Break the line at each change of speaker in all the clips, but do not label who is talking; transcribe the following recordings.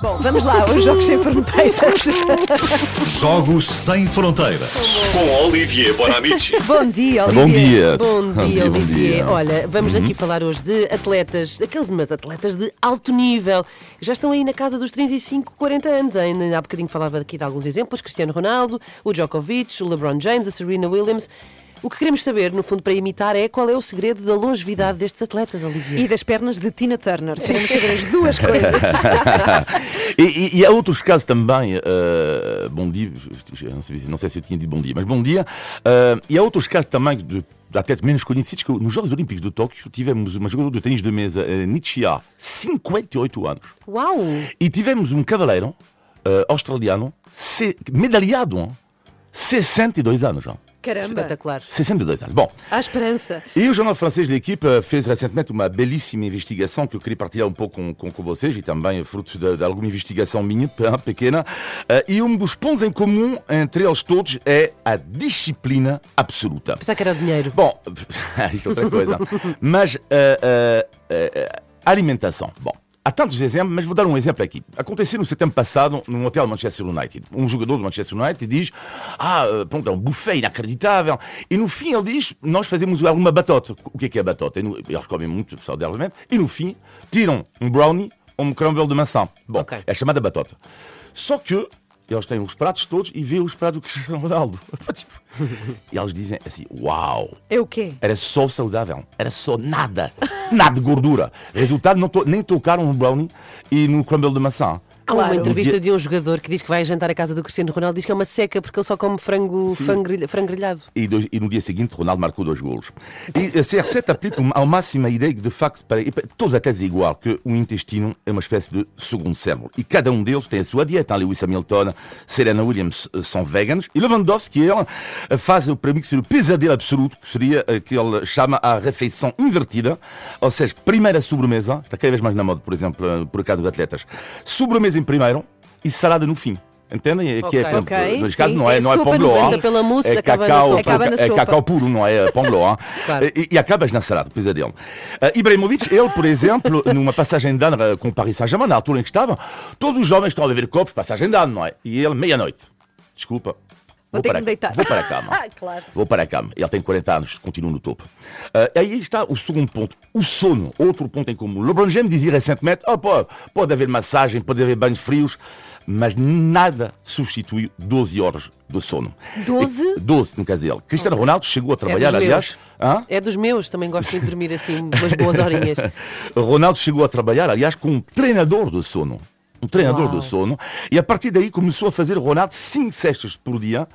Bom, vamos lá, os Jogos Sem Fronteiras.
Jogos Sem Fronteiras.
Com Olivier Bonamici.
Bom dia, Olivier.
Bom dia.
Bom
Bom
dia,
dia, bom
Olivier.
dia. Uhum.
Olha, vamos aqui falar hoje de atletas, aqueles mas atletas de alto nível, que já estão aí na casa dos 35, 40 anos. Ainda há bocadinho falava aqui de alguns exemplos: Cristiano Ronaldo, o Djokovic, o LeBron James, a Serena Williams. O que queremos saber, no fundo, para imitar é qual é o segredo da longevidade destes atletas, Olivier.
E das pernas de Tina Turner. Queremos saber as duas coisas.
E, e- e há outros casos também, eh, bom dia, eu não sei, não sei se eu tinha dito bom dia, mas bom dia. eh, e há outros casos também, de, até menos conhecidos, que nos Jogos Olímpicos de Tóquio tivemos uma jogadora de ténis de mesa, eh, Nichia, 58 anos.
Uau!
E tivemos um cavaleiro eh, australiano, se, medalhado, hein? 62 anos. hein?
Caramba,
Espetacular.
62 anos. Bom,
há esperança.
E o jornal francês L'Equipe eh, fez recentemente uma belíssima investigação que eu queria partilhar um pouco com, com, com vocês e também é fruto de, de alguma investigação minha, pe- pequena. Eh, E um dos pontos em comum entre eles todos é a disciplina absoluta.
Pensar que era o dinheiro.
Bom, isto é outra coisa. Mas eh, eh, eh, alimentação. Bom, há tantos exemplos, mas vou dar um exemplo aqui. Aconteceu no setembro passado, num hotel de Manchester United. Um jogador do Manchester United diz: Ah, eh, pronto, é um buffet inacreditável. E no fim ele diz: Nós fazemos alguma batota. O que é que é batota? E no- Eles comem muito, saudavelmente. E no fim, tiram um brownie ou um crumble de maçã. Bom,
Ok.
é chamada batota. Só que eles têm os pratos todos e vê os pratos do Cristiano Ronaldo. Tipo, e eles dizem assim: Uau!
É o quê?
Era só saudável, era só nada, nada de gordura. Resultado, não to- nem tocaram no brownie e no crumble de maçã.
Há uma
Claro.
entrevista de um jogador que diz que vai jantar à casa do Cristiano Ronaldo diz que é uma seca porque ele só come frango, É frango grelha- frango grelhado.
E, dois- e no dia seguinte, Ronaldo marcou dois golos. E a CR7 aplica uma- ao máximo a ideia que, de facto, para, e para- todos até é igual, que o intestino é uma espécie de segundo cérebro. E cada um deles tem a sua dieta. hein? Lewis Hamilton, Serena Williams eh, são veganos. E Lewandowski, ele, eh, faz o premixo do pesadelo absoluto, que seria eh, que ele chama a refeição invertida. Ou seja, primeira sobremesa, está cada vez mais na moda, por exemplo, eh, por acaso dos atletas. Sobremesa em primeiro e salada no fim. Entendem? É Que é,
Ok.
pronto,
Ok,
neste caso
sim.
não é,
É
não é
sopa
pão de
no
ló,
fim.
hein?
pela mousse,
é
acaba na
cacau,
sopa.
Acaba na
é
sopa.
cacau puro, não é pão de ló. hein?
Claro.
E, e acabas na salada, pesadelo. Uh, Ibrahimovic, ele, por exemplo, numa passagem de ano eh, com Paris Saint-Germain, na altura em que estava, todos os jovens estão a beber copos, passagem de ano, não é? E ele, meia-noite. Desculpa.
Vou ter que
para,
me deitar.
vou para a cama.
Ah, claro.
Vou para a cama. Ele tem 40 anos, continua no topo. Ah, aí está o segundo ponto, o sono. Outro ponto em comum. LeBron James dizia recentemente: oh, pô, pode haver massagem, pode haver banhos frios, mas nada substitui 12 horas de sono. Eh,
12?
E, 12, no caso dele. Cristiano Ronaldo chegou a
É
trabalhar,
dos
aliás. hã? Ah,
É dos meus, também gosto de dormir assim umas boas horinhas.
Ronaldo chegou a trabalhar, aliás, com um treinador de sono. Um treinador
Uau.
de sono. E a partir daí começou a fazer Ronaldo cinco cestas por dia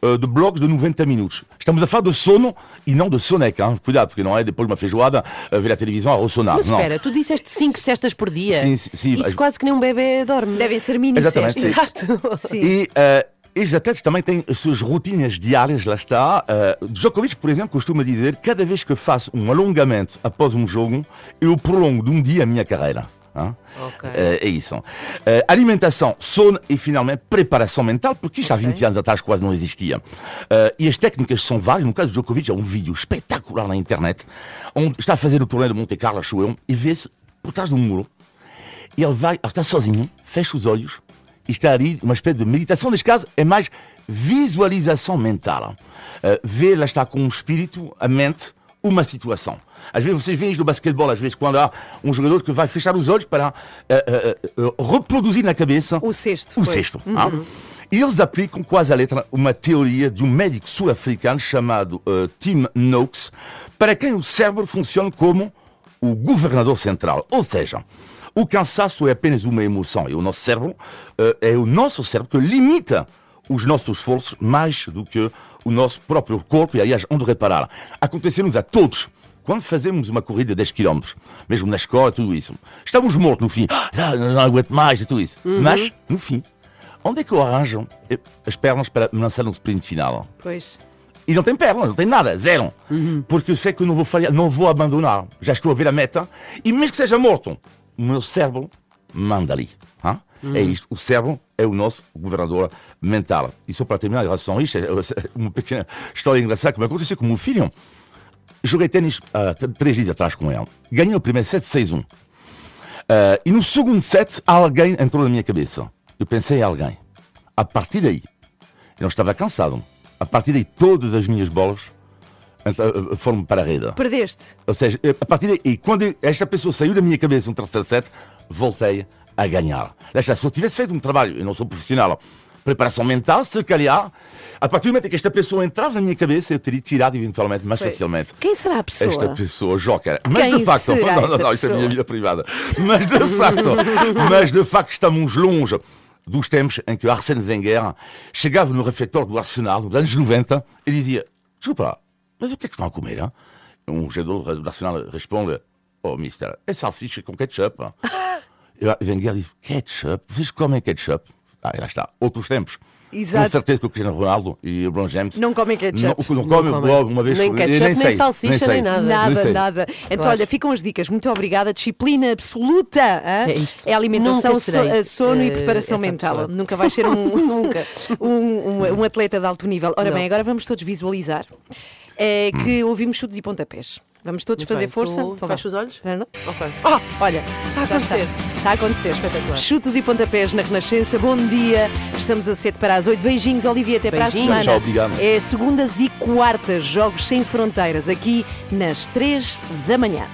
eh, de blocos de 90 minutos. Estamos a falar de sono e não de soneca. Hein? Cuidado, porque não é depois de uma feijoada eh, ver a televisão a ressonar.
Mas
não.
espera, tu disseste 5 cestas por dia.
Sim, sim, sim,
Isso
mas-
quase que nem um bebê dorme.
Devem ser mini
é
Exatamente.
cestas.
Exato.
Sim.
E eh, estes atletas também têm as suas rotinas diárias, lá está. Eh, Djokovic, por exemplo, costuma dizer: cada vez que faço um alongamento após um jogo, eu prolongo de um dia a minha carreira. Hein?
Ok.
Eh, é isso. Eh, alimentação, sono e finalmente preparação mental, porque isto há 20 anos atrás quase não existia. Eh, e as técnicas são várias. No caso do Djokovic, há um vídeo espetacular na internet, onde está a fazer o torneio de Monte Carlo, acho eu, e vê-se por trás de um muro. E ele vai, ele está sozinho, fecha os olhos e está ali, uma espécie de meditação. Neste caso, é mais visualização mental. Eh, vê, lá está com o espírito, a mente, uma situação. Às vezes vocês veem isto no basquetebol, às vezes quando há um jogador que vai fechar os olhos para eh, eh, eh, reproduzir na cabeça
O sexto,
o
foi.
sexto. ah? E eles aplicam quase à letra uma teoria de um médico sul-africano chamado eh, Tim Noakes, para quem o cérebro funciona como o governador central. Ou seja, o cansaço é apenas uma emoção e o nosso cérebro eh, é o nosso cérebro que limita os nossos esforços mais do que o nosso próprio corpo. E aliás, onde reparar, aconteceu-nos a todos. Quando fazemos uma corrida de 10 km, mesmo na escola, tudo isso, estamos mortos no fim. Ah, não, não aguento mais, e tudo isso. Mas, no fim, onde é que eu arranjo eh, as pernas para me lançar no sprint final?
Pois.
E não tem pernas, não tem nada, zero. Porque eu sei que eu não vou falhar, não vou abandonar. Já estou a ver a meta. E mesmo que seja morto, o meu cérebro manda ali. hã? É isto. O cérebro é o nosso governador mental. E só para terminar, em relação a isto, é uma pequena história engraçada que me aconteceu com o meu filho. ah, Joguei ténis há t- três dias atrás com ele. Ganhei o primeiro set 6-1. Ah, e no segundo set, alguém entrou na minha cabeça. Eu pensei em alguém. A partir daí, eu não estava cansado. A partir daí, todas as minhas bolas entra- foram para a rede.
Perdeste.
Ou seja, a partir daí, e quando esta pessoa saiu da minha cabeça no terceiro set, voltei a ganhar. Lá está, se eu tivesse feito um trabalho, eu não sou profissional, preparação mental, se calhar, a partir do momento em que esta pessoa entrava na minha cabeça, eu teria tirado eventualmente mais facilmente.
Quem será a pessoa?
Esta pessoa, Joker. Mas
Quem
de facto,
será
não, não,
essa
não, isso é a
pessoa?
minha vida privada. Mas de facto, mas de facto estamos longe dos tempos em que Arsène Wenger chegava no refeitório do Arsenal, nos anos 90, e dizia: Desculpa, lá, mas o que é que estão a comer? Hein? Um jogador do Arsenal responde: Oh, mister, é salsicha com ketchup. hein?" E a Wenger diz: Ketchup? Vocês comem ketchup? Ah, e lá está, outros tempos.
Exato.
Com certeza que o Cristiano Ronaldo e o Bron James
Não comem ketchup.
Não, o que não comem,
Não comem.
logo, uma vez
Nem
eu
ketchup, nem
sei,
salsicha,
sei.
nem nada.
Nem
Nada,
sei.
nada. Então,
Claro.
olha, ficam as dicas. Muito obrigada. Disciplina absoluta. hã?
É isto.
É alimentação,
Nunca serei,
so- sono e
eh,
preparação
essa
mental.
pessoa.
Nunca vais ser um, nunca, um, um- um atleta de alto nível. Ora
Não. Hum.
bem, agora vamos todos visualizar eh, que ouvimos chutes e pontapés. Vamos todos
Muito
fazer
bem,
força.
tu
Então,
fecha
vá.
os olhos?
Vamos?
Ok.
Ah, olha,
Está a
já
acontecer.
Está, Está a acontecer.
Espetacular.
Chutos e pontapés na Renascença. Bom dia. Estamos a 7 para as 8. Beijinhos, Olivia. Até
Beijinhos.
para a semana.
Tchau, obrigado.
É segundas e quartas, Jogos Sem Fronteiras, aqui nas 3 da manhã.